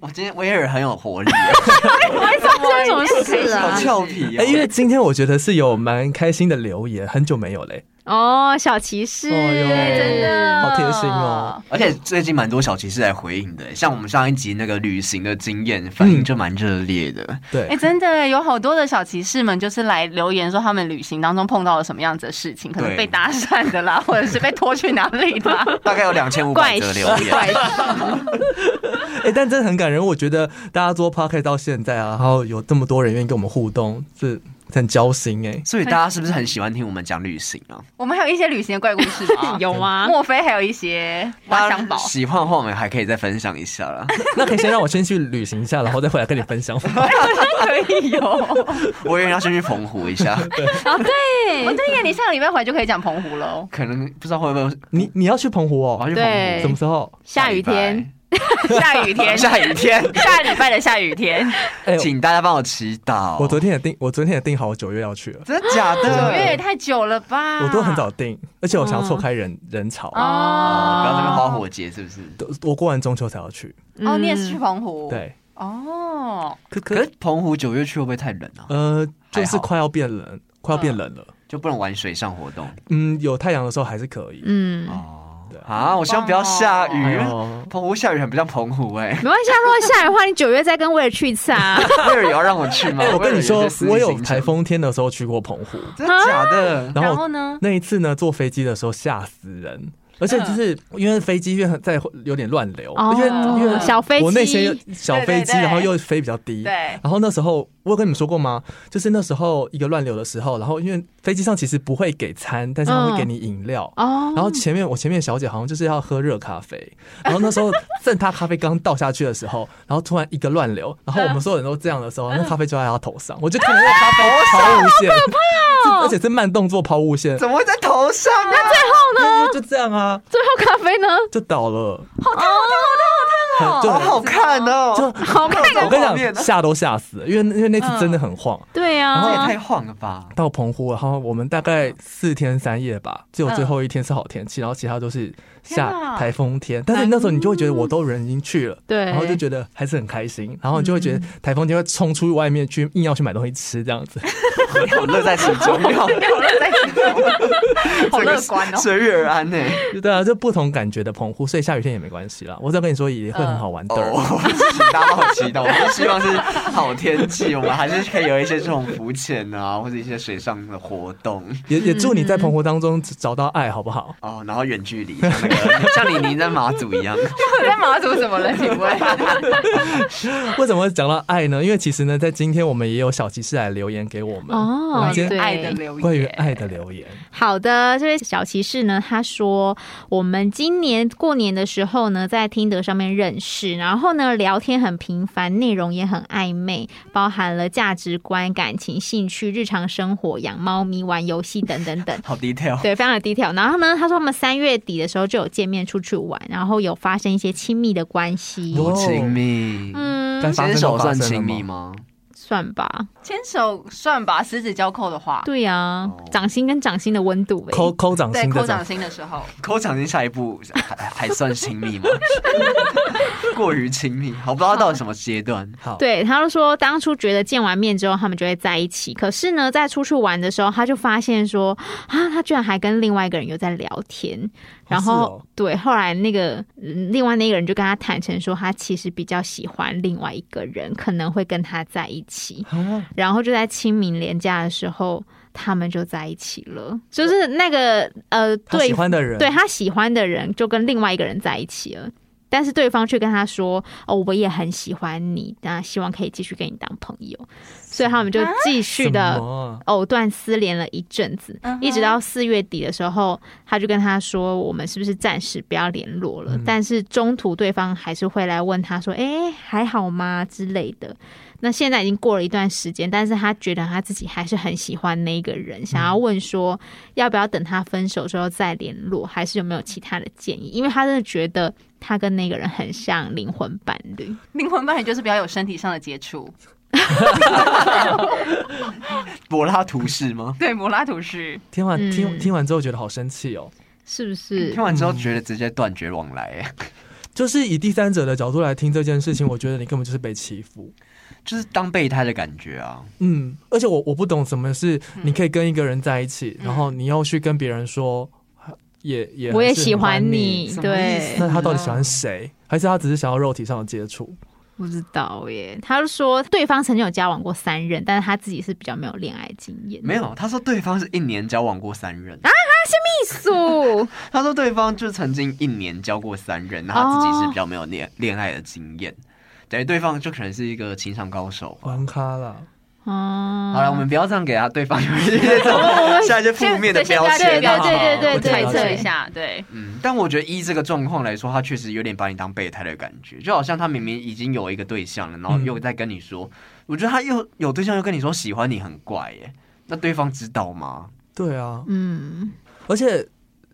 我今天威尔很有活力，这种事好啊？俏皮哎，因哦。为今天我觉得是有蛮开心的留言，很久没有嘞， 哦，小骑士，哎呦真的好贴心哦。 而且最近蛮多小骑士来回应的，像我们上一集那个旅行的经验，反应就蛮热烈的。对哎、，真的有好多的小骑士们，就是来留言说他们旅行当中碰到了什么样子的事情，可能对被搭讪的 啦，或者是被拖去哪里的啦。大概有两千五百则留言，哎，但真的很感人。我觉得大家做 p o c k e t 到现在啊，然后有这么多人愿意跟我们互动，是很交心 哎。所以大家是不是很喜欢听我们讲旅行啊？我们还有一些旅行的怪故事吧有吗？莫非还有一些花香大家 宝？喜欢的话，我们还可以再分享一下啦。那可以先让我先去旅行一下，然后再回来跟你分享。 可以有。哦，我也要先去澎湖一下，对，对呀，你上个礼拜回来就可以讲澎湖喽。可能不知道会不会你你要去澎湖我哦要？去澎湖对什么时候？下雨天， 下雨天，下雨天，下礼拜的下雨天，哎，请大家帮我祈祷。我昨天也订，我昨天也订好，我九月要去了，真的假九月也的？太久了啊吧？我都很早订，而且我想要错开嗯人人潮，不哦，要这边花火节是不是？都我过完中秋才要去。哦，你也是去澎湖？，对，哦，可可是澎湖九月去会不会太冷啊？呃，就还是好快要变冷，快要变冷了。就不能玩水上活动嗯，有太阳的时候还是可以。嗯，哦。啊，我希望不要下哎雨。呦澎湖下雨很不像澎湖哎、没关系，啊，如果下雨的话，你九月再跟威尔去一次啊。威尔也要让我去吗？哎，我跟你威说尔是，我私有密行程台，风天的时候去过澎湖，真的假的？然然后后呢？那一次呢，坐飞机的时候吓死人。而且就是因为飞机因为在有点乱流，因为因为小飞我那些又机，小对对飞机，对然后又飞比较低，对，然后那时候我有跟你们说过吗？就是那时候一个乱流的时候，然后因为飞机上其实不会给餐，但是他会给你饮料。哦然后前面我前面小姐好像就是要喝热咖啡，然后那时候正她咖啡刚倒下去的时候，然后突然一个乱流，然后我们所有人都这样的时候，那咖啡就在她头上，我就看着那咖啡抛物线，是而且是慢动作抛物线，怎么会在头上啊？对就这样啊， 最后咖啡呢？就倒了，好烫，好好烫，好烫，好看哦！就好看就我跟画你面哦讲，呢吓都吓死了，因为因为那次真的很晃。对这也啊，太晃了 吧！到澎湖，然后我们大概四天三夜吧，只有最后一天是好天气，然后其他都是天下哪台风天。但是那时候你就会觉得我都人已经去了，对然后就觉得还是很开心，然后你就会觉得台风天会冲出外面去，硬要去买东西吃这样子。 我乐在其 中， 好乐观哦。随遇而安呢、对啊，就不同感觉的澎湖，所以下雨天也没关系啦。我只要跟你说也会很好玩的。哦，请大家帮我祈祷，我们希望 是好天气，我们还是可以有一些这种浮潜啊，或者一些水上的活动也也祝你在澎湖当中找到爱，好不好？哦，然后远距离，像那个 像李宁在马祖一样，你 在马祖怎么了？请 问？ 为什么会讲到爱呢？因为其实呢，在今天我们也有小骑士来留言给我们，我哦们，今天对，爱的留言，关于爱的留言。好的，这位小骑士呢，他说我们今年过年的时候呢，在听得上面认识，然后呢聊天很频繁，内容也很暧昧，包含了价值观、感情、兴趣、日常生活、养猫咪、玩游戏等等等。好 detail。对，非常的低调。然后呢，他说我们三月底的时候就有见面出去玩，然后有发生一些亲密的关系，哦多亲密，嗯，但发牵生手就发算生了亲吗密吗？算吧。牵手算吧，十指交扣的话，对啊，掌心跟掌心的温度、欸，抠抠掌对，心扣的掌心的时候，可我讲进下一步还还算亲密 吗？过于亲密，我不知道到底什么阶段。好，对，他就说当初觉得见完面之后他们就会在一起，可是呢，在出去玩的时候，他就发现说啊，他居然还跟另外一个人有在聊天。然后、是哦对，后来那个、嗯另外那个人就跟他坦诚说，他其实比较喜欢另外一个人，可能会跟他在一起。啊然后就在清明连假的时候，他们就在一起了，就是那个呃， 他对喜欢的人，对他喜欢的人就跟另外一个人在一起了。但是对方却跟他说：“哦，我也很喜欢你，那希望可以继续跟你当朋友。”所以他们就继续的什么藕断丝连了一阵子，嗯哼一直到四月底的时候，他就跟他说：“我们是不是暂时不要联络了？”但是中途对方还是会来问他说：“哎、还好吗？”之类的。那现在已经过了一段时间，但是他觉得他自己还是很喜欢那个人，想要问说要不要等他分手之后再联络，还是有没有其他的建议？因为他真的觉得他跟那个人很像灵魂伴侣。灵魂伴侣就是比较有身体上的接触。柏拉图式吗？对，柏拉图式，听完听嗯听完之后觉得好生气哦，是不是听？完之后觉得直接断绝往来，哎就是以第三者的角度来听这件事情，我觉得你根本就是被欺负。就是当备胎的感觉啊。嗯，而且我我不懂什么是你可以跟一个人在一起，然后你又去跟别人说，也也嗯我也还是喜很欢欢你，什么意对思，那他到底喜欢谁？还是他只是想要肉体上的接触？不知道耶。他就说对方曾经有交往过三任，但是他自己是比较没有恋爱经验。没嗯有，他说对方是一年交往过三任，啊艺 术，他说对方就曾经一年交过三任，然后他自哦己是比较没有恋恋爱的经验，等于对方就可能是一个情场高手吧。玩咖啦，哦，嗯好了，我们不要这样给他对方有一些 这种下一些负面的对先标不要签，对好不好对对对对揣测对一下，对，嗯，但我觉得依这个状况来说，他确实有点把你当备胎的感觉，就好像他明明已经有一个对象了，然后嗯又在跟你说，我觉得他又有对象又跟你说喜欢你，很怪耶。那对方知道吗？对啊，嗯，而且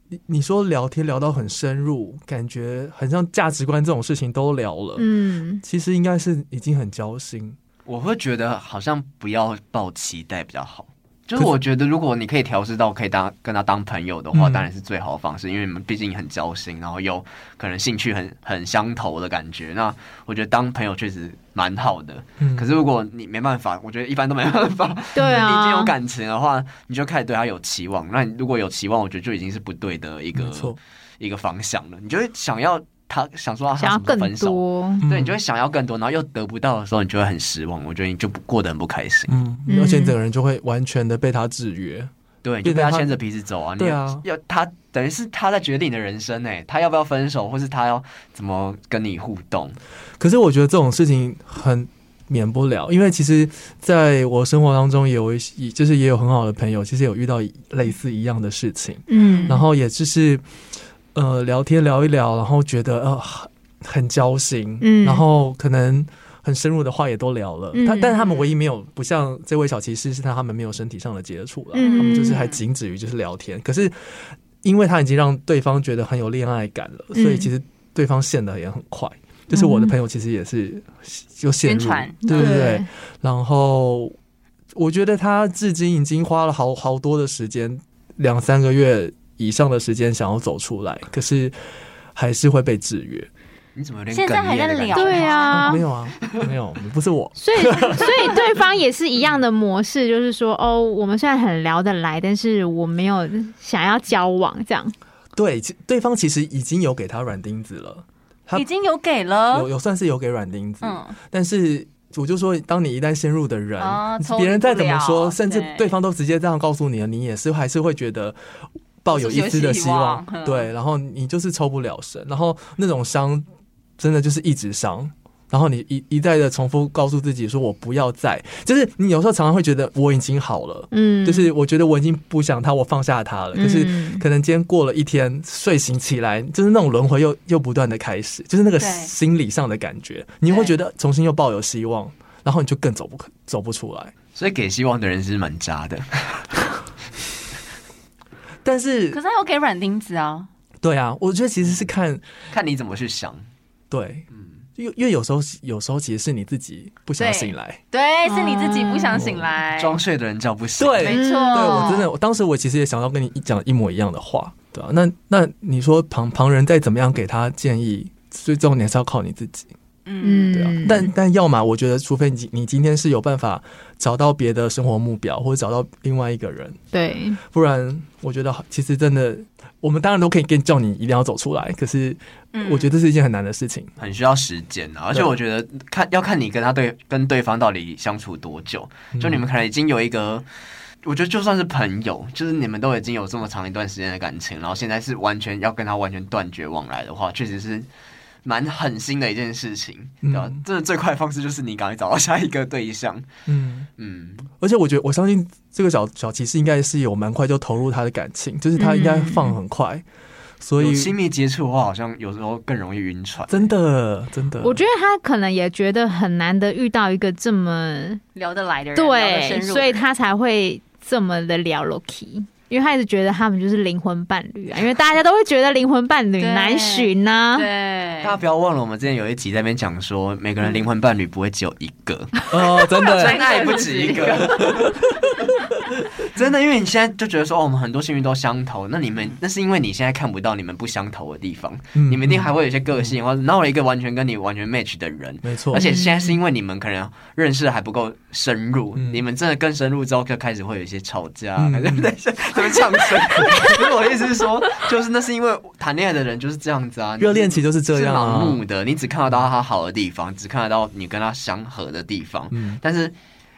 你你说聊天聊到很深入，感觉很像价值观这种事情都聊了，嗯，其实应该是已经很交心。我会觉得好像不要抱期待比较好。就可是是我觉得，如果你可以调试到可以当跟他当朋友的话，嗯当然是最好的方式，因为你们毕竟很交心，然后又可能兴趣很很相投的感觉。那我觉得当朋友确实蛮好的。嗯，可是如果你没办法，我觉得一般都没办法，对呃你已经有啊，感情的话，你就开始对他有期望。那你如果有期望，我觉得就已经是不对的一没个错，一个方向了。你就会想要他想说他想什么时要候更分手，多，嗯对你就会想要更多，然后又得不到的时候，你就会很失望。我觉得你就不过得很不开心，嗯嗯，而且你整个人就会完全的被他制约。对，你就被变成他他牵着鼻子走啊。你对啊要要他等于是他在决定你的人生诶、他要不要分手，或是他要怎么跟你互动？可是我觉得这种事情很免不了，因为其实在我生活当中也有一些，就是也有很好的朋友，其实有遇到类似一样的事情，嗯，然后也就是呃聊天聊一聊，然后觉得呃很很交心，嗯然后可能。很深入的话也都聊了，嗯但但他们唯一没有不像这位小骑士，是他他们没有身体上的接触了，嗯他们就是还仅止于就是聊天。可是因为他已经让对方觉得很有恋爱感了，嗯所以其实对方陷的也很快。就是我的朋友其实也是就陷入晕船，对不对？，然后我觉得他至今已经花了好好多的时间，两三个月以上的时间想要走出来，可是还是会被制约。你怎么有点现在还哽咽在的感觉聊，对啊没，有啊，没有，不是我。 所以，所以对方也是一样的模式，就是说，哦，我们虽然很聊得来，但是我没有想要交往，这样对，其对方其实已经有给他软钉子了，他已经有给了啊有，有算是有给软钉子，嗯，但是我就说，当你一旦陷入的人啊，抽别、人再怎么不说，了甚至对对方都直接这样告诉你了，你也是还是会觉得抱有一丝的希望就是有希望，嗯对，然后你就是抽不了身，然后那种伤真的就是一直伤。然后你一一再的重复告诉自己说，我不要再，就是你有时候常常会觉得我已经好了，嗯，就是我觉得我已经不想他，我放下他了，可是嗯可能今天过了一天，睡醒起来，就是那种轮回又又不断的开始，就是那个对心理上的感觉，你会觉得重新又抱有希望，然后你就更走不走不出来。所以给希望的人是蛮渣 的。但可是，是他有给软钉子啊，对啊，我觉得其实是看看你怎么去想。对，因为因为有时候有时候其实是你自己不想醒来。对，是你自己不想醒来，哦装睡的人叫不醒。对没错，嗯对我哦真的，我当时我其实也想要跟你讲一模一样的话，对啊，那那你说旁旁人再怎么样给他建议，最重点是要靠你自己。嗯，嗯，对啊，但但要么我觉得，除非你你今天是有办法找到别的生活目标，或者找到另外一个人，对，不然我觉得其实真的，我们当然都可以跟叫你一定要走出来，可是嗯嗯我觉得这是一件很难的事情。很需要时间啊，而且我觉得看要看你跟他对跟对方到底相处多久，就嗯你们可能已经有一个，我觉得就算是朋友，就是你们都已经有这么长一段时间的感情，然后现在是完全要跟他完全断绝往来的话，确实是蛮狠心的一件事情，嗯对吧？这最快的方式就是你赶快找到下一个对象，嗯，嗯，而且我觉得我相信这个小小骑士应该是有蛮快就投入他的感情，就是他应该放很快，所有以亲密接触的话，好像有时候更容易晕船。真的真的，我觉得他可能也觉得很难得遇到一个这么聊得来的人，聊得对，深入的人所以他才会这么的聊 Loki。因为他一直觉得他们就是灵魂伴侣啊，因为大家都会觉得灵魂伴侣对难寻呐、啊。对大家不要忘了，我们之前有一集在那边讲说，每个人灵魂伴侣不会只有一个，哦，真真的，爱不止一个。 真的，因为你现在就觉得说，哦，我们很多兴趣都相投，那你们那是因为你现在看不到你们不相投的地方，嗯你们一定还会有一些个性，或者哪有一个完全跟你完全 match 的人。嗯没错，而且现在是因为你们可能认识的还不够深入，嗯你们真的更深入之后，就开始会有一些吵架，嗯还是 在在唱声。 可是我的意思是说，就是那是因为谈恋爱的人就是这样子啊，热恋期就是这是样盲啊，目的，你只看得到他好的地方，只看得到你跟他相合的地方。嗯但是，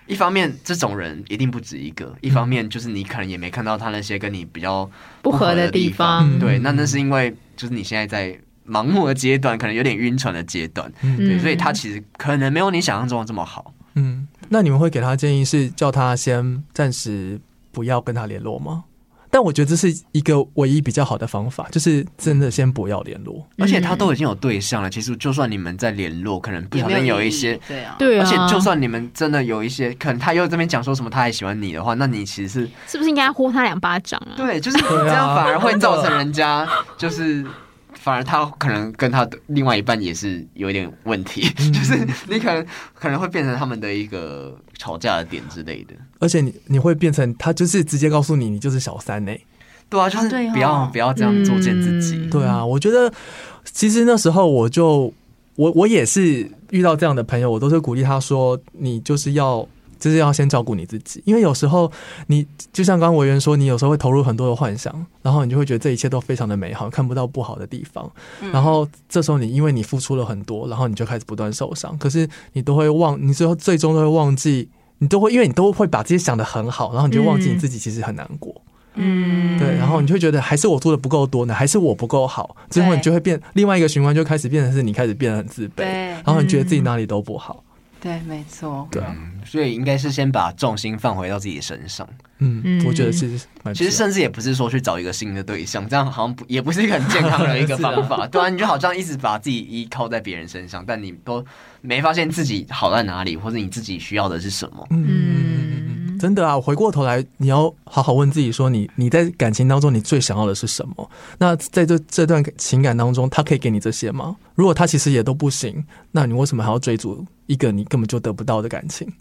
一方面这种人一定不止一个，一方面就是你可能也没看到他那些跟你比较不合的的地方。方，嗯对，那那是因为就是你现在在盲目的阶段，可能有点晕船的阶段，嗯对，嗯所以他其实可能没有你想象中的这么好。嗯，那你们会给他建议是叫他先暂时不要跟他联络吗？但我觉得这是一个唯一比较好的方法，就是真的先不要联络。而且他都已经有对象了，其实就算你们在联络，可能不也小没心有有一意义些。对啊，对啊，而且，就算你们真的有一些，可能他又这边讲说什么他还喜欢你的话，那你其实是是不是应该呼他两巴掌啊？对，就是你这样反而会造成人家就是。反而他可能跟他的另外一半也是有一点问题， 就是你可能可能会变成他们的一个吵架的点之类的。而且你你会变成他就是直接告诉你你就是小三欸呢、对啊，就啊是对哦不要、不要这样作践自己。嗯对啊，我觉得其实那时候我就我我也是遇到这样的朋友，我都是鼓励他说，你就是要就是要先照顾你自己，因为有时候你就像刚刚委员说，你有时候会投入很多的幻想，然后你就会觉得这一切都非常的美好，看不到不好的地方。嗯然后这时候你因为你付出了很多，然后你就开始不断受伤，可是你都会忘，你最后最终都会忘记。你都会，因为你都会把自己想的很好，然后你就忘记你嗯自己其实很难过。嗯对，然后你就会觉得还是我做的不够多呢，还是我不够好，最后对你就会变另外一个循环，就开始变成是你开始变得很自卑，对然后你觉得自己哪里都不好，对，没错，对啊，嗯所以应该是先把重心放回到自己身上。嗯，嗯我觉得是蛮其实甚至也不是说去找一个新的对象，这样好像不也不 是一个很健康的一个方法。对啊，你就好像一直把自己依靠在别人身上，但你都没发现自己好在哪里，或者你自己需要的是什么。嗯嗯嗯真的啊，回过头来你要好好问自己说你，你在感情当中你最想要的是什么？那在这这段情感当中，他可以给你这些吗？如果他其实也都不行，那你为什么还要追逐一个你根本就得不到的感情？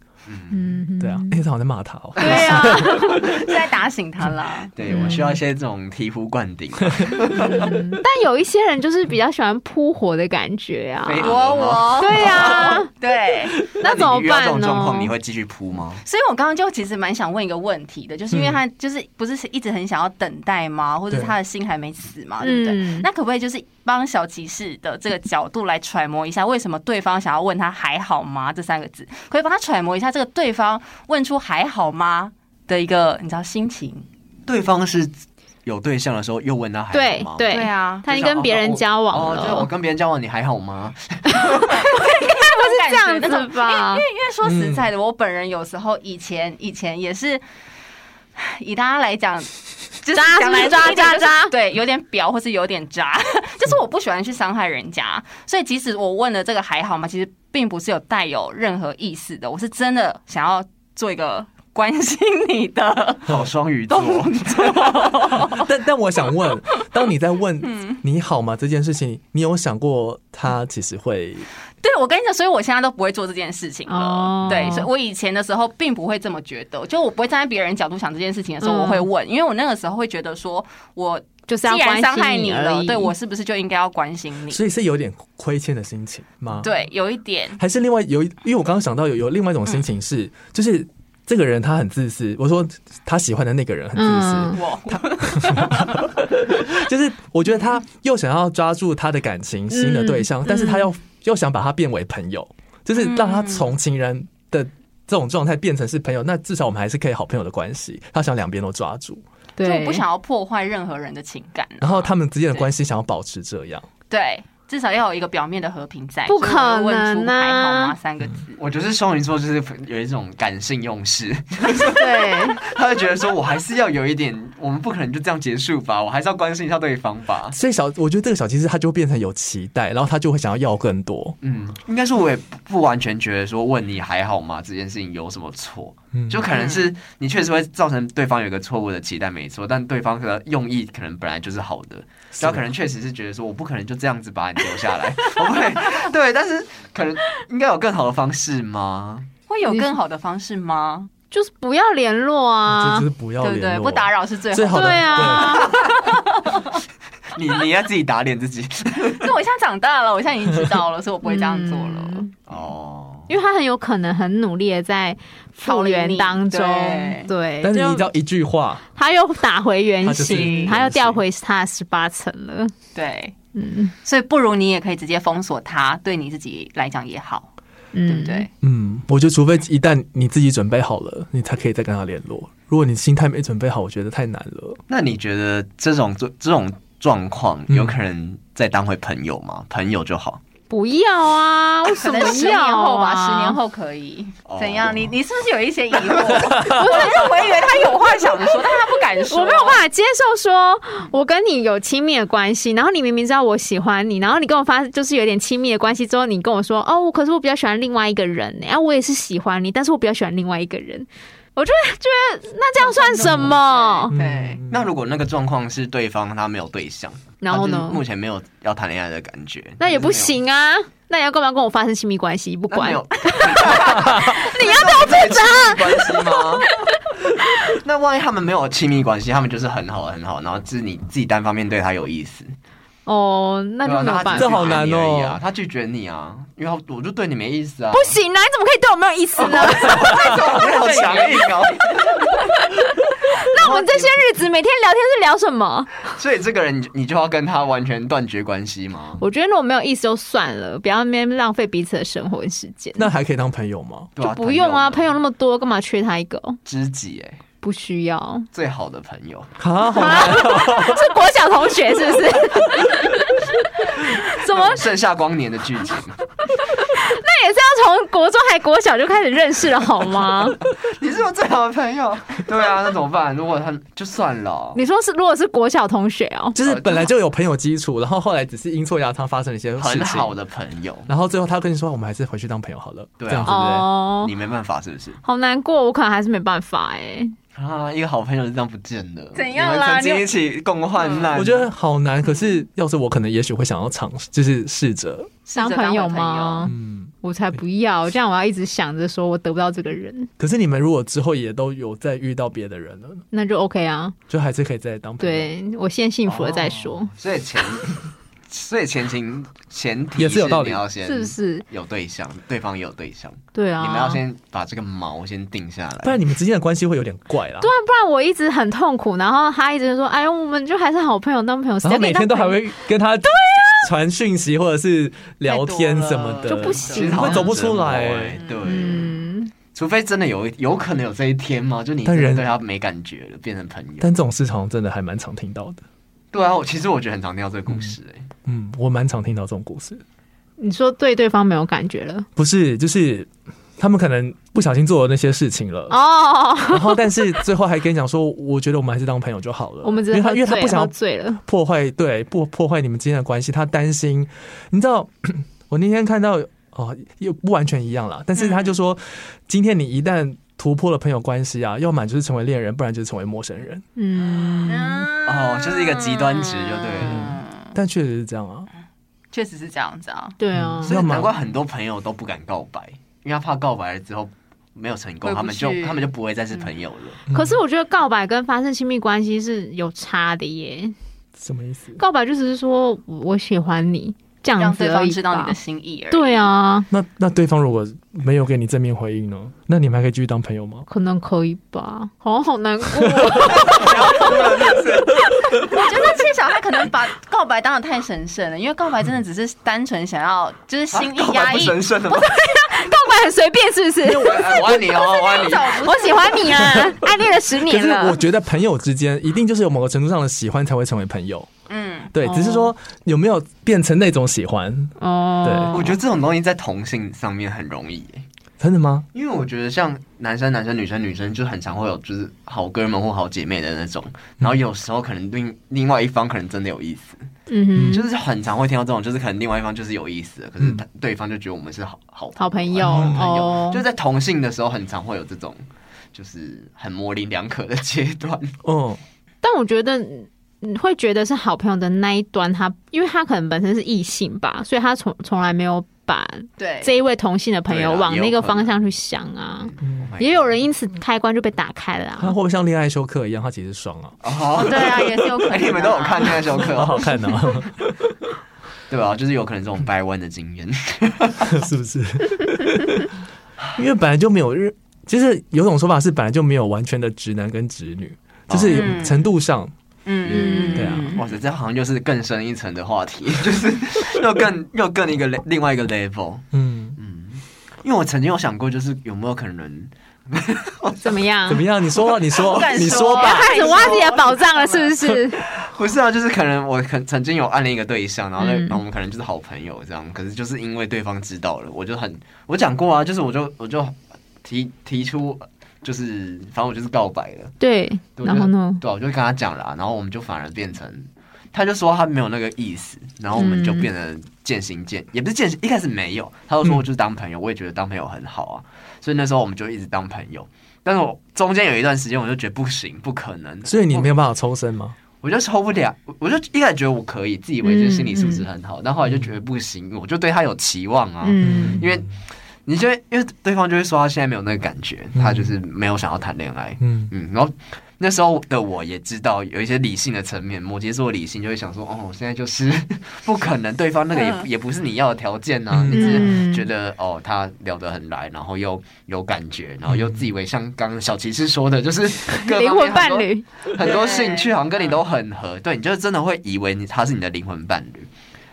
嗯，对啊，哎、他好像在骂他哦。对啊， 再打醒他啦。对我需要一些这种醍醐灌顶。啊但有一些人就是比较喜欢扑火的感觉啊。没有我我 对 呀、啊，对，那怎么你遇到办这种呢？状况，你会继续扑吗？所以我刚刚就其实蛮想问一个问题的，就是因为他就是不是一直很想要等待吗？或者对他的心还没死吗？对不对？嗯那可不可以就是帮小骑士的这个角度来揣摩一下，为什么对方想要问他“还好吗”这三个字？可以帮他揣摩一下这个对方问出“还好吗”的一个你知道心情？对方是有对象的时候又问他还好对吗？对啊，他已经跟别人交往哦，了，对，我跟别人交往，你还好吗？不这样子吧？ 因为说实在的，嗯我本人有时候以前以前也是， 唉以大家来 讲，就是渣讲来是不是听就是渣渣渣对，有点表或是有点渣，就是我不喜欢去伤害人家，所以即使我问了这个还好吗，其实并不是有带有任何意思的，我是真的想要做一个 关心你的好，双鱼座，动作。 但但我想 问，当你在问嗯你好吗这件事情，你有想过他其实会对，我跟你讲，所以我现在都不会做这件事情了。哦对，所以我以前的时候并不会这么觉得，就我不会站在别人角度想这件事情的时候，嗯我会问，因为我那个时候会觉得说，我就是要既然关伤害心你而了，已。对我是不是就应该要关心你？所以是有点亏欠的心情吗？，对，有一点，还是另外有一，因为我刚刚想到有有另外一种心情嗯是，就是这个人他很自私，我说他喜欢的那个人很自私，嗯我就是我觉得他又想要抓住他的感情新的对嗯象，但是他又又想把他变为朋友，就是让他从情人的。这种状态变成是朋友，那至少我们还是可以好朋友的关系。他想两边都抓住，就对，我不想要破坏任然后任何人的情感啊、然后他们之间的关系想要保持这样。对。至少要有一个表面的和平在。不所以我就问可出能啊还好吗三个字。我觉得双鱼座就是有一种感性用事， 对，他会觉得说我还是要有一点，我们不可能就这样结束吧，我还是要关心一下对方吧。所以小，我觉得这个小骑士他就会变成有期待，然后他就会想要要更多。嗯，应该说我也不完全觉得说问你还好吗这件事情有什么错，嗯就可能是你确实会造成对方有一个错误的期待，没错，但对方的用意可能本来就是啊好的，是然后可能确实是觉得说我不可能就这样子把你留下来，我不会，对，但是可能应该有更好的方式吗？嗯会有更好的方式吗？ 就是不要联络就啊就，是不要对联不络，对？不打扰是最好最的。 好的对啊， 你你要自己打脸自己所以我现在长大了，我现在已经知 道了，所以我不会这样做了。嗯 哦，因为他很有可能很努力的在复原当中逃离你，对，但是你就只要一句话，他又打回原他就是形，原他又掉形回他十八层了，对，嗯所以不如你也可以直接封锁他，对你自己来讲也好，嗯，对不对？？嗯，我觉得除非一旦你自己准备好了，你才可以再跟他联络。如果你心态没准备好，我觉得太难了。那你觉得这种这这种状况有可能再当回朋友吗？朋友就好，不要啊，为什可么能要、啊、十年后吧，十年后可以哦怎样？你你是不是有一 些疑惑？不是，我以为他有话想说，但他不敢 说。我没有办法接受说，我跟你有亲密的关系，然后你明明知道我喜欢你，然后你跟我发就是有点亲密的关系之后，你跟我说哦，我可是我比较喜欢另外一个人、欸，啊，我也是喜欢你，但是我比较喜欢另外一个人，我就会觉得那这样算什么？对嗯那如果那个状况是对方他没有对象，然后他就呢是，目前没有要谈恋爱的感觉，那也不行啊，那你要干嘛跟我发生亲密关系？不那没管有。你要不要那没有关系吗？ 那万一他们没有亲密关系，他们就是很好很好，然后就是你自己单方面对他有意思，哦，那就对啊没有他办法只。这好难哦拒绝你而已啊，他拒绝你啊，因为他我就对你没意思啊，不行啊！你怎么可以对我没有意思 呢？哦我好强硬哦。那我们这些日子每天聊天是聊什么？所以这个人你你就要跟他完全断绝关系吗？我觉得如果没有意思就算了，不要那边浪费彼此的生活时间。那还可以当朋友吗？对啊就不用啊，朋友友那么多，干嘛缺他一个？知己哎，不 需要，最好的朋友，啊，好啊、哦 是国小同学是 不是？怎么？盛夏光年的剧 情，那也是要从国中还国小就开始认识了好吗？你是我最好的朋友，对啊，那怎么办？如果他就算了哦，你说是，如果是国小同学哦， 就是本来就有朋友基础，然后后来只是阴错阳差发生了一些事很情，好的朋友，然后最后他跟你说，我们还是回去当朋友好了，对啊这样子对不对？哦，你没办法是不是？好难过，我可能还是没办法哎、啊，一个好朋友就这样不见了，怎样啦你们曾你经有一起共患难，我觉得好难，啊可是要是我可能也许会想要尝试，就是试着，当朋友吗？嗯。我才不要，这样我要一直想着说我得不到这个人，可是你们如果之后也都有再遇到别的人了，那就 OK 啊。就还是可以再当朋友，，对我先幸福了再说，哦所以前，所以前情前提也是有道理你要先是不是？有对象，对方也有对象，对啊，你们要先把这个毛先定下来。不然你们之间的关系会有点怪啦。对啊，不然我一直很痛苦，然后他一直说：“哎，我们就还是好朋友，当朋友。”然后每天都还谁会跟他对传讯息或者是聊天什么的，就不其行啊实好像会走不出来折磨欸对，跟他嗯，除非真的有有可能有这一天嘛，就你但真的人对他没感觉了，变成朋友。但这种事常真的还蛮常听到的。对啊，我其实我觉得很常听到这个故事、欸，嗯，我蛮常听到这种故事，你说对对方没有感觉了不是就是他们可能不小心做了那些事情了，哦， 然后但是最后还跟你讲说，我觉得我们还是当朋友就好了。我们只因为是他喝因为他醉不了，想喝要醉了，破坏对破破坏你们之间的关系，他担心。 你知道，我那天看到哦，又不完全一样啦，但是他就说，今天你一旦突破了朋友关系啊，要么就是成为恋人，不然就是成为陌生人。嗯，哦就是一个极端值就对了嗯但确实是这样啊，确实是这样子啊。对啊嗯，所以要么难怪很多朋友都不敢告白，因为他怕告白了之后没有成功，回不他们就去他们就不会再是朋友了。可是我觉得告白跟发生亲密关系是有差的耶。什么意思？告白就只是说我我喜欢你这样让子对而方已知道你吧的心意而已。对，啊，那那对方如果没有给你正面回应呢？那你们还可以继续当朋友吗？可能可以吧。好好 难过哦，我觉得谢小他可能把告白当的太神圣了，因为告白真的只是单纯想要就是嗯心意啊告白压不抑，神圣了吗？告白很随便，是不是？我我爱你哦，我爱你。我喜欢 你啊，暗恋了十可年是了我。觉得朋友之间一定就是有某个程度上的喜欢才会成为朋友，嗯，对，只是说有没有变成那种喜欢？哦，我觉得这种东西在同性上面很容易耶、真的吗？因为我觉得像男生男生女生女生就很常会有就是好哥们或好姐妹的那种，然后有时候可能另另外一方可能真的有意思，嗯就哼，是很常会听到这种，就是可能另外一方就是有意思的，可是他对方就觉得我们是好好好朋友好朋友哦，就是在同性的时候很常会有这种。就是很模棱两可的阶段，嗯，但我觉得嗯会觉得是好朋友的那一端，他因为他可能本身是异性吧，所以他从从来没有把对，这一位同性的朋友对啊往也有那个可能方向去想啊。嗯也有人因此开关就被打开了 啊他会。不会像恋爱修课一样？他其实是双啊，哦，对啊，也是有可能、哎， 你们都有看，那首好课，好看哦，对吧？就是有可能这种掰弯的经验， 是不是？因为本来就没有日，就是有种说法是本来就没有完全的直男跟直女，就是哦有嗯程度上，嗯，嗯对啊哇塞，这好像又是更深一层的话题， 就是又更又更一个 le- 另外一个 level。嗯，因为我曾经有想过，就是有没有可能，怎么样？怎么样？你说，你说不，敢你说说吧。开始挖自己的宝藏了，是不是？不是啊，就是可能我可曾经有暗恋一个对象，然后呢嗯然后我们可能就是好朋友这样，可是就是因为对方知道了，我就很我讲过啊，就是我就我就提提出，就是反正我就是告白了。对，对然后呢？对啊，我就跟他讲了啊，然后我们就反而变成，他就说他没有那个意思，然后我们就变得渐行渐，也不是渐行，一开始没有，他就说我就是当朋友，我也觉得当朋友很好啊，所以那时候我们就一直当朋友。但是我中间有一段时间，我就觉得不行，不可能，所以你没有办法抽身吗？我就抽不了，我我就一开始觉得我可以，自以为嗯就是心理素质很好，但后来就觉得不行，我就对他有期望啊，嗯，因为你就会因为对方就会说他现在没有那个感觉，嗯他就是没有想要谈恋爱，嗯，嗯，然后那时候的我也知道有一些理性的层面，摩羯座理性就会想说，哦，现在就是 不可能，对方那个也、嗯也不是你要的条件啊，嗯你只是觉得哦，他聊得很来，然后又有感觉，然后又自以为像刚刚小骑士说的， 就是各灵方面魂伴侣，很多很多兴趣好像跟你都很合，对，你就真的会以为你他是你的灵魂伴侣。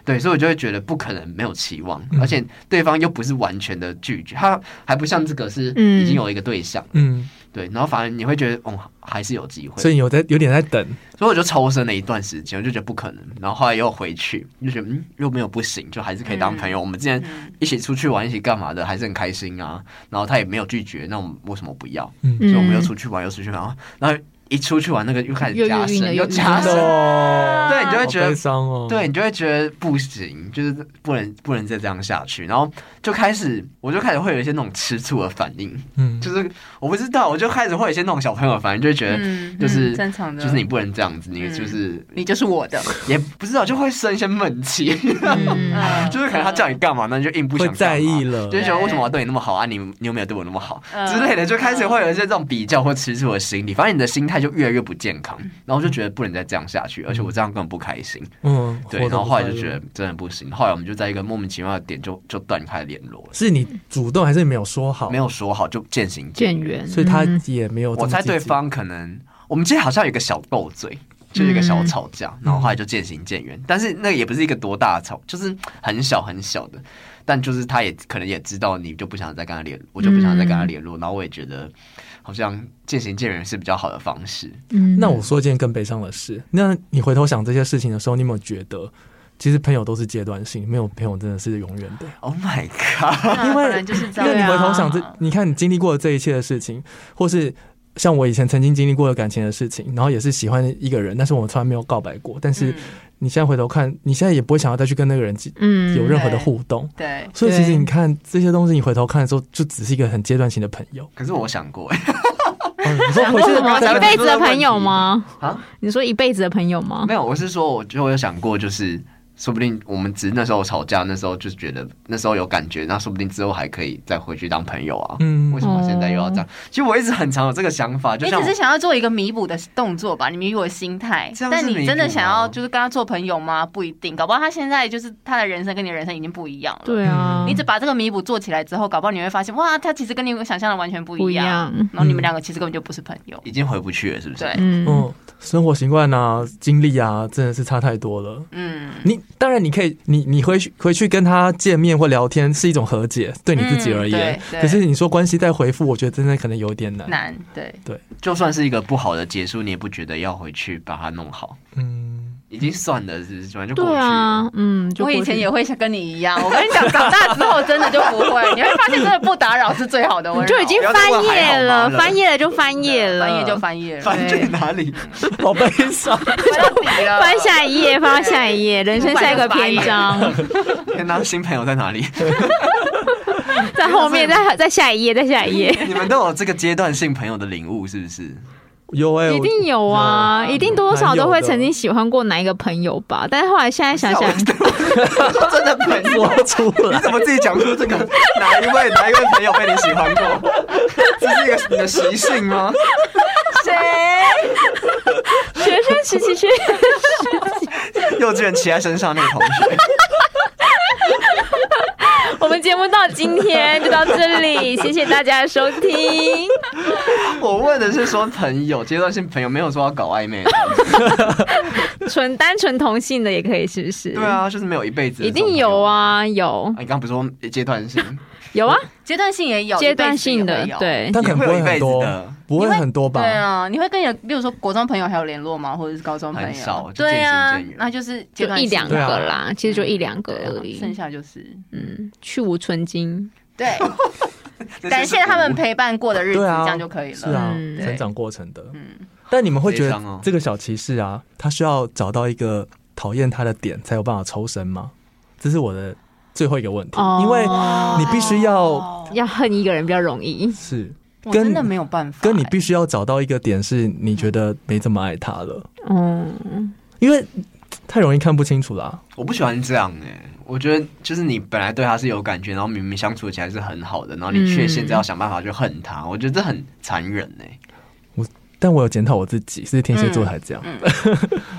对，所以我就会觉得不可能没有期望，嗯而且对方又不是完全的拒绝，他还不像这个是已经有一个对象，嗯，对，然后反而你会觉得，哦，还是有机会。所以你有在有点在等，所以我就抽身了一段时间，我就觉得不可能，然后后来又回去，就觉得嗯，又没有不行，就还是可以当朋嗯友。我们之前嗯一起出去玩，一起干嘛的，还是很开心啊。然后他也没有拒绝，那我们为什么不要？所以我们又出去玩，又出去玩，哦然后一出去玩，那个又开嗯又始加又晕了深，又又加晕了深， 嗯哦，对，你就会啊觉好悲得。伤哦，对，你就会觉得不行，就是不能不能再这样下去，然后就开始，我就开始会有一些那种吃醋的反应，嗯，就是我不知道，我就开始会有一些那种小朋友反应，就会觉得，嗯就是正常的，就是你不能这样子，你嗯就是你就是我的，也不知道，就会生一些闷气，嗯，嗯就是可能他叫你干嘛，那你就硬不会想干嘛在意，了，就觉得为什么我对你那么好啊，你你有没有对我那么好嗯之类的，就开始会有一些这种比较或吃醋的心理，反正你的心态就越来越不健康，然后就觉得不能再这样下去，而且我这样根本不开心，嗯，对，活然动后不后来快就乐觉得真的不行，后来我们就在一个莫名其妙的点就就断开联络了，是你主动还是没有说好，没，有说好就渐行渐渐远，远，所以他嗯也没有这么我猜积极对方可能，我们之前好像有一个小斗嘴，就是一个小吵架，然后后来就渐行渐远。但是那个也不是一个多大的吵，就是很小很小的。但就是他也可能也知道你就不想再跟他联，我就不想再跟他联络。然后我也觉得好像渐行渐远是比较好的方式。嗯那我说一件更悲伤的事，那你回头想这些事情的时候，你有没有觉得，其实朋友都是阶段性，没有朋友真的是永远的。 Oh my god！ 因因为嗯就是这样，因为你对啊回头想这，嗯你看你经历过的这一切的事情，或是像我以前曾经经历过的感情的事情，然后也是喜欢一个人，但是我从来没有告白过。但是嗯你现在回头看，你现在也不会想要再去跟那个人继嗯有任何的互动。对，所以其实对你看这些东西，你回头看的时候，就只是一个很阶段性的朋友。 可是我想过、欸，哦你说回为去什刚么才一辈子的朋友吗？啊，你说一辈子的朋友吗没？有，我是说，我就有想过，就是说不定我们只是那时候吵架，那时候就是觉得那时候有感觉，那说不定之后还可以再回去当朋友啊。嗯为什么现在又要这样？其实我一直很常有这个想法，就你像只我哎是想要做一个弥补的动作吧，你弥补的心态这。样是但你真弥的补想要吗就是跟他做朋友吗？不一定，搞不好他现在就是他的人生跟你的人生已经不一样嗯了。对啊，你只把这个弥补做起来之后，搞不好你会发现，哇，他其实跟你想象的完全不不一样。样，然后你们两个其实根本就不是朋友。已经回不去了，是不是？对，嗯，嗯，生活习惯啊、经历啊，真的是差太多了。嗯，你当然你可以，你你回去回去跟他见面或聊天是一种和解，对你自己而言嗯。对对可是你说关系再回复，我觉得真的可能有点难。难，对，就算是一个不好的结束，你也不觉得要回去把它弄好。嗯，已经算了，是不是？反正就过对去了。啊，嗯，就我以过去前也会跟你一样，我跟你讲，长大之后真的就不会，你会发现真的不打扰是最好的温你柔，就已经不要再翻问还页好吗了，了翻页了就翻页了，翻页就翻页了，反正就哪里？好悲伤。翻到底 了，翻下一页，翻下一页，人生下一个篇章，天哪，新朋友在哪里？在后面，在在下一页，在下一页，你们都有这个阶段性朋友的领悟，是不是？有哎、一我定有啊，一定多多少都会曾经喜欢过哪一个朋友吧，但是后来现在想想，真的朋友？说出你 来。怎么自己讲出这个？哪一位哪一位朋友被你喜欢过？这是一个你的习性吗？谁？学生时期是幼稚园骑在身上那个同学，我们节目到今天就到这里，谢谢大家的收听。我问的是说朋友阶段性朋友，没有说要搞暧昧。纯单纯同性的也可以，是不是？对，啊，就是没有一辈子。一定有！啊，有啊，你刚刚不是说阶段 性？有啊，阶段性也有，阶段性一辈的子也会有，对。但可能不会也会有很一辈子多的，不会很多吧？对啊，你会跟你的，比如说国中朋友还有联络吗？或者是高中朋友？很少就渐对啊行渐远，那就是阶就段一性两的啊个啦，其实就一两个对而啊已。剩下就是嗯，去无存精。对，啊 感谢他们陪伴过的日子，对这啊样就可以是了。啊，嗯成长过程的。嗯但你们会觉悲伤得哦这个小骑士啊，他需要找到一个讨厌他的点才有办法抽身吗？这是我的最后一个问题，哦因为你必须要哦要恨一个人比较容易，是我跟真的没有办法欸，跟你必须要找到一个点，是你觉得没这么爱他了，嗯，因为太容易看不清楚啦。我不喜欢这样哎、我觉得就是你本来对他是有感觉，然后明明相处起来是很好的，然后你却嗯现在要想办法去恨他，我觉得这很残忍哎、但我有检讨我自己，是天蝎座才这样，嗯，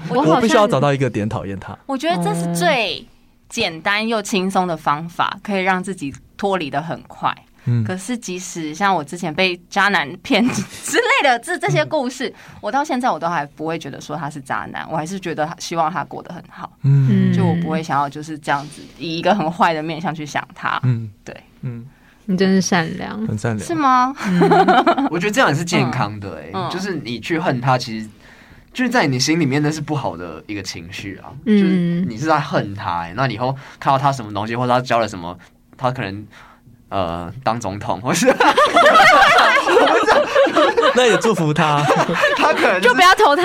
我我好必须要像找到一个点讨厌他。我觉得这哦是最简单又轻松的方法，可以让自己脱离的很快。嗯，可是，即使像我之前被渣男骗之类的这这些故嗯事，我到现在我都还不会觉得说他是渣男，我还是觉得他希望他过得很好，嗯嗯就我不会想要就是这样子以一个很坏的面向去想他，嗯，对，嗯，你真是善良。很嗯善是良。吗？嗯我觉得这样也是健康的哎、嗯嗯就是你去恨他，其实就是在你心里面那是不好的一个情绪啊，嗯就是你是在恨他、欸，那你以后看到他什么东西，或者他交了什么，他可能呃当总统，或是 那也祝 福他。他可能就不要投他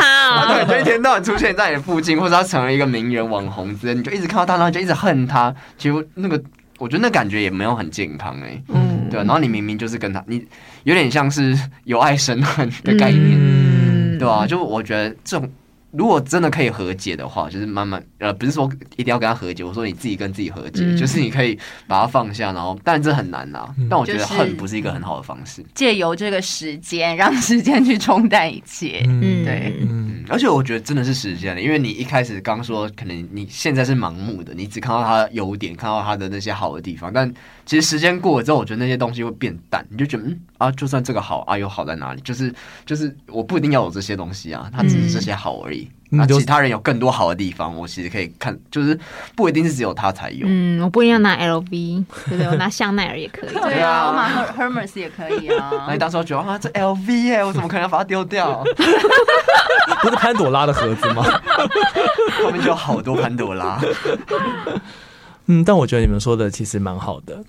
他可啊！能就一天到晚出现在你附近，或者他成为一个名人网红之类，你就一直看到他，然后你就一直恨他。其实那个，我觉得那感觉也没有很健康哎、嗯，对啊、然后你明明就是跟他，你有点像是由爱生恨的概念，嗯对吧、啊就我觉得这种，如果真的可以和解的话，就是慢慢呃，不是说一定要跟他和解，我说你自己跟自己和解，嗯就是你可以把它放下，然后，但这很难啊。但我觉就得是恨不是一个很好的方式。借由这个时间，让时间去冲淡一切。嗯对嗯，嗯，而且我觉得真的是时间的，因为你一开始刚说，可能你现在是盲目的，你只看到他的优点，看到他的那些好的地方，但其实时间过了之后，我觉得那些东西会变淡，你就觉得嗯啊，就算这个好啊，有好在哪里？就是就是我不一定要有这些东西啊，它只是这些好而已。嗯那你就其他人有更多好的地方，我其实可以看，就是不一定是只有他才有。嗯，我不一定要拿 LV，对不对？我拿香奈儿也可以。对对啊，啊我买 Her Hermes 也可以啊 那你。到时候觉得啊，这 LV 耶、我怎么可能要把它丢掉？ 不是潘朵拉的盒子吗？后面就有好多潘朵拉。嗯，但我觉得你们说的其实蛮好的，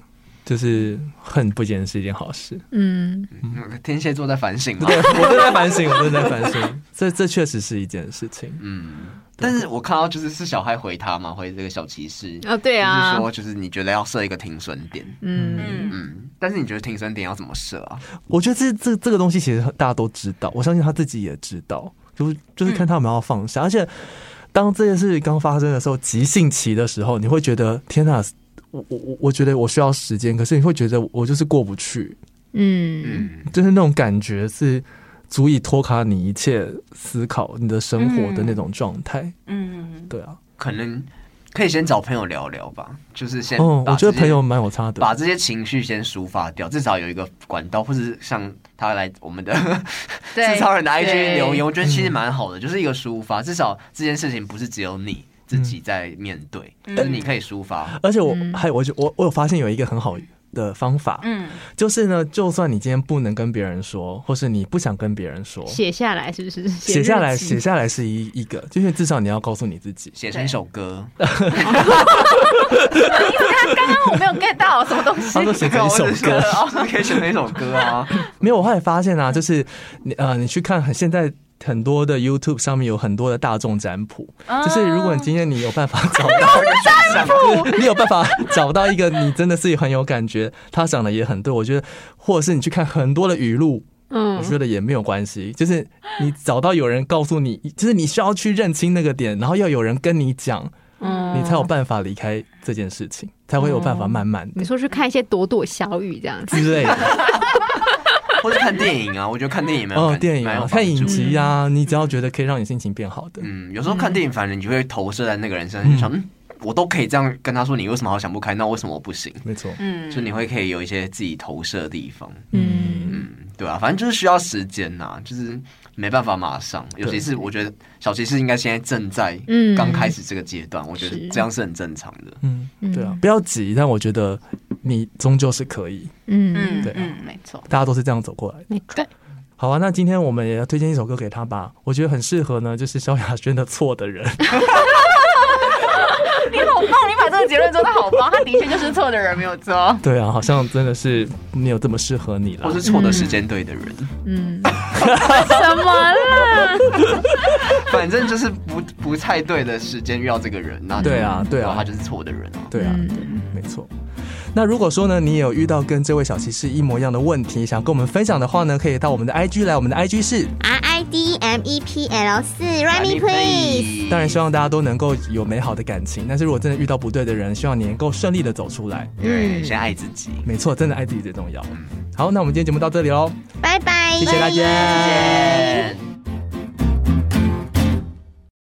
就是恨不见得是一件好事。嗯，嗯天蝎座在反省吗？对，我正在反省，我正在反省。这这确实是一件事情。嗯，但是我看到就是是小孩回他嘛，回这个小骑士，哦，对就是啊，说就是你觉得要设一个停损点，嗯，嗯，嗯，但是你觉得停损点要怎么设啊？我觉得这这这个东西其实大家都知道，我相信他自己也知道，就是就是看他有没有要放下。而且当这件事刚发生的时候，急性期的时候，你会觉得天哪、我我我我觉得我需要时间，可是你会觉得我就是过不去，嗯，嗯，就是那种感觉是足以拖垮你一切思考、你的生活的那种状态。嗯，对啊，可能可以先找朋友聊聊吧，就是先嗯，把我觉这得些朋友蛮有差的。把这些情绪先抒发掉，至少有一个管道，或是像他来我 们的对自超人的 IG 留对言，我嗯觉得其实蛮好的，就是一个抒发，至少这件事情不是只有你嗯自己在面对，就是你可以抒发。而且我嗯还有我就我我有发现有一个很好的方法，嗯，就是呢，就算你今天不能跟别人说，或是你不想跟别人说，写下来是不是？写下来，日记写下来是一一个，就是至少你要告诉你自己，写成一首歌，刚刚我没有 get 到什么东西。他说写成一哦首歌，歌，可以写成一首歌啊。没有，我后来发嗯现啊，就是你呃，你去看很现在很多的 YouTube 上面有很多的大众占卜，啊就是如果你今天你有办法找到占卜，你有办法找到一个你真的是很有感觉，他讲的也很对，我觉得，或者是你去看很多的语录。嗯我觉得也没有关系，就是你找到有人告诉你，就是你需要去认清那个点，然后要有人跟你讲，嗯嗯你才有办法离开这件事情，才会有办法慢慢的 你说去看一些朵朵小雨这样子，之类的。或者看电影啊，我觉得看电影蛮有哦，感电影蛮有啊，帮看影助的集啊，你只要觉得可以让你心情变好的，嗯，有时候看电影，反正你就会投射在那个人身上，就想，嗯，我都可以这样跟他说，你为什么好想不开？那为什么我不行？没错，嗯 就你会可以有一些自己投射的地方，嗯，嗯，对啊，反正就是需要时间呐、就是没办法马上，尤其是我觉得小骑士应该现在正在嗯刚开始这个阶段，我觉是得这样是很正常的。嗯，对啊嗯，不要急，但我觉得你终究是可以，嗯嗯对啊嗯，没错。大家都是这样走过来的。没错，好啊，那今天我们也要推荐一首歌给他吧，我觉得很适合呢，就是萧亚轩的《错的人》。 你好棒，你把这个结论做的好棒，他的确就是错的人，没有错。对啊，好像真的是没有这么适合你或了是。错的时间对的人，嗯，什么啦？ 反正就是不不太对的时间遇到这个人那就对啊对啊然后他就是错的人啊。对啊，嗯对，没错。那如果说呢，你也有遇到跟这位小骑士一模一样的问题，想跟我们分享的话呢，可以到我们的 IG 来，我们的 IG 是 R I D M E P L 四 r i m e Please。 please，当然，希望大家都能够有美好的感情。但是如果真的遇到不对的人，希望你能够顺利的走出来。对，先爱自己。没错，真的爱自己最重要。好，那我们今天节目到这里喽，拜拜，谢谢大家。见。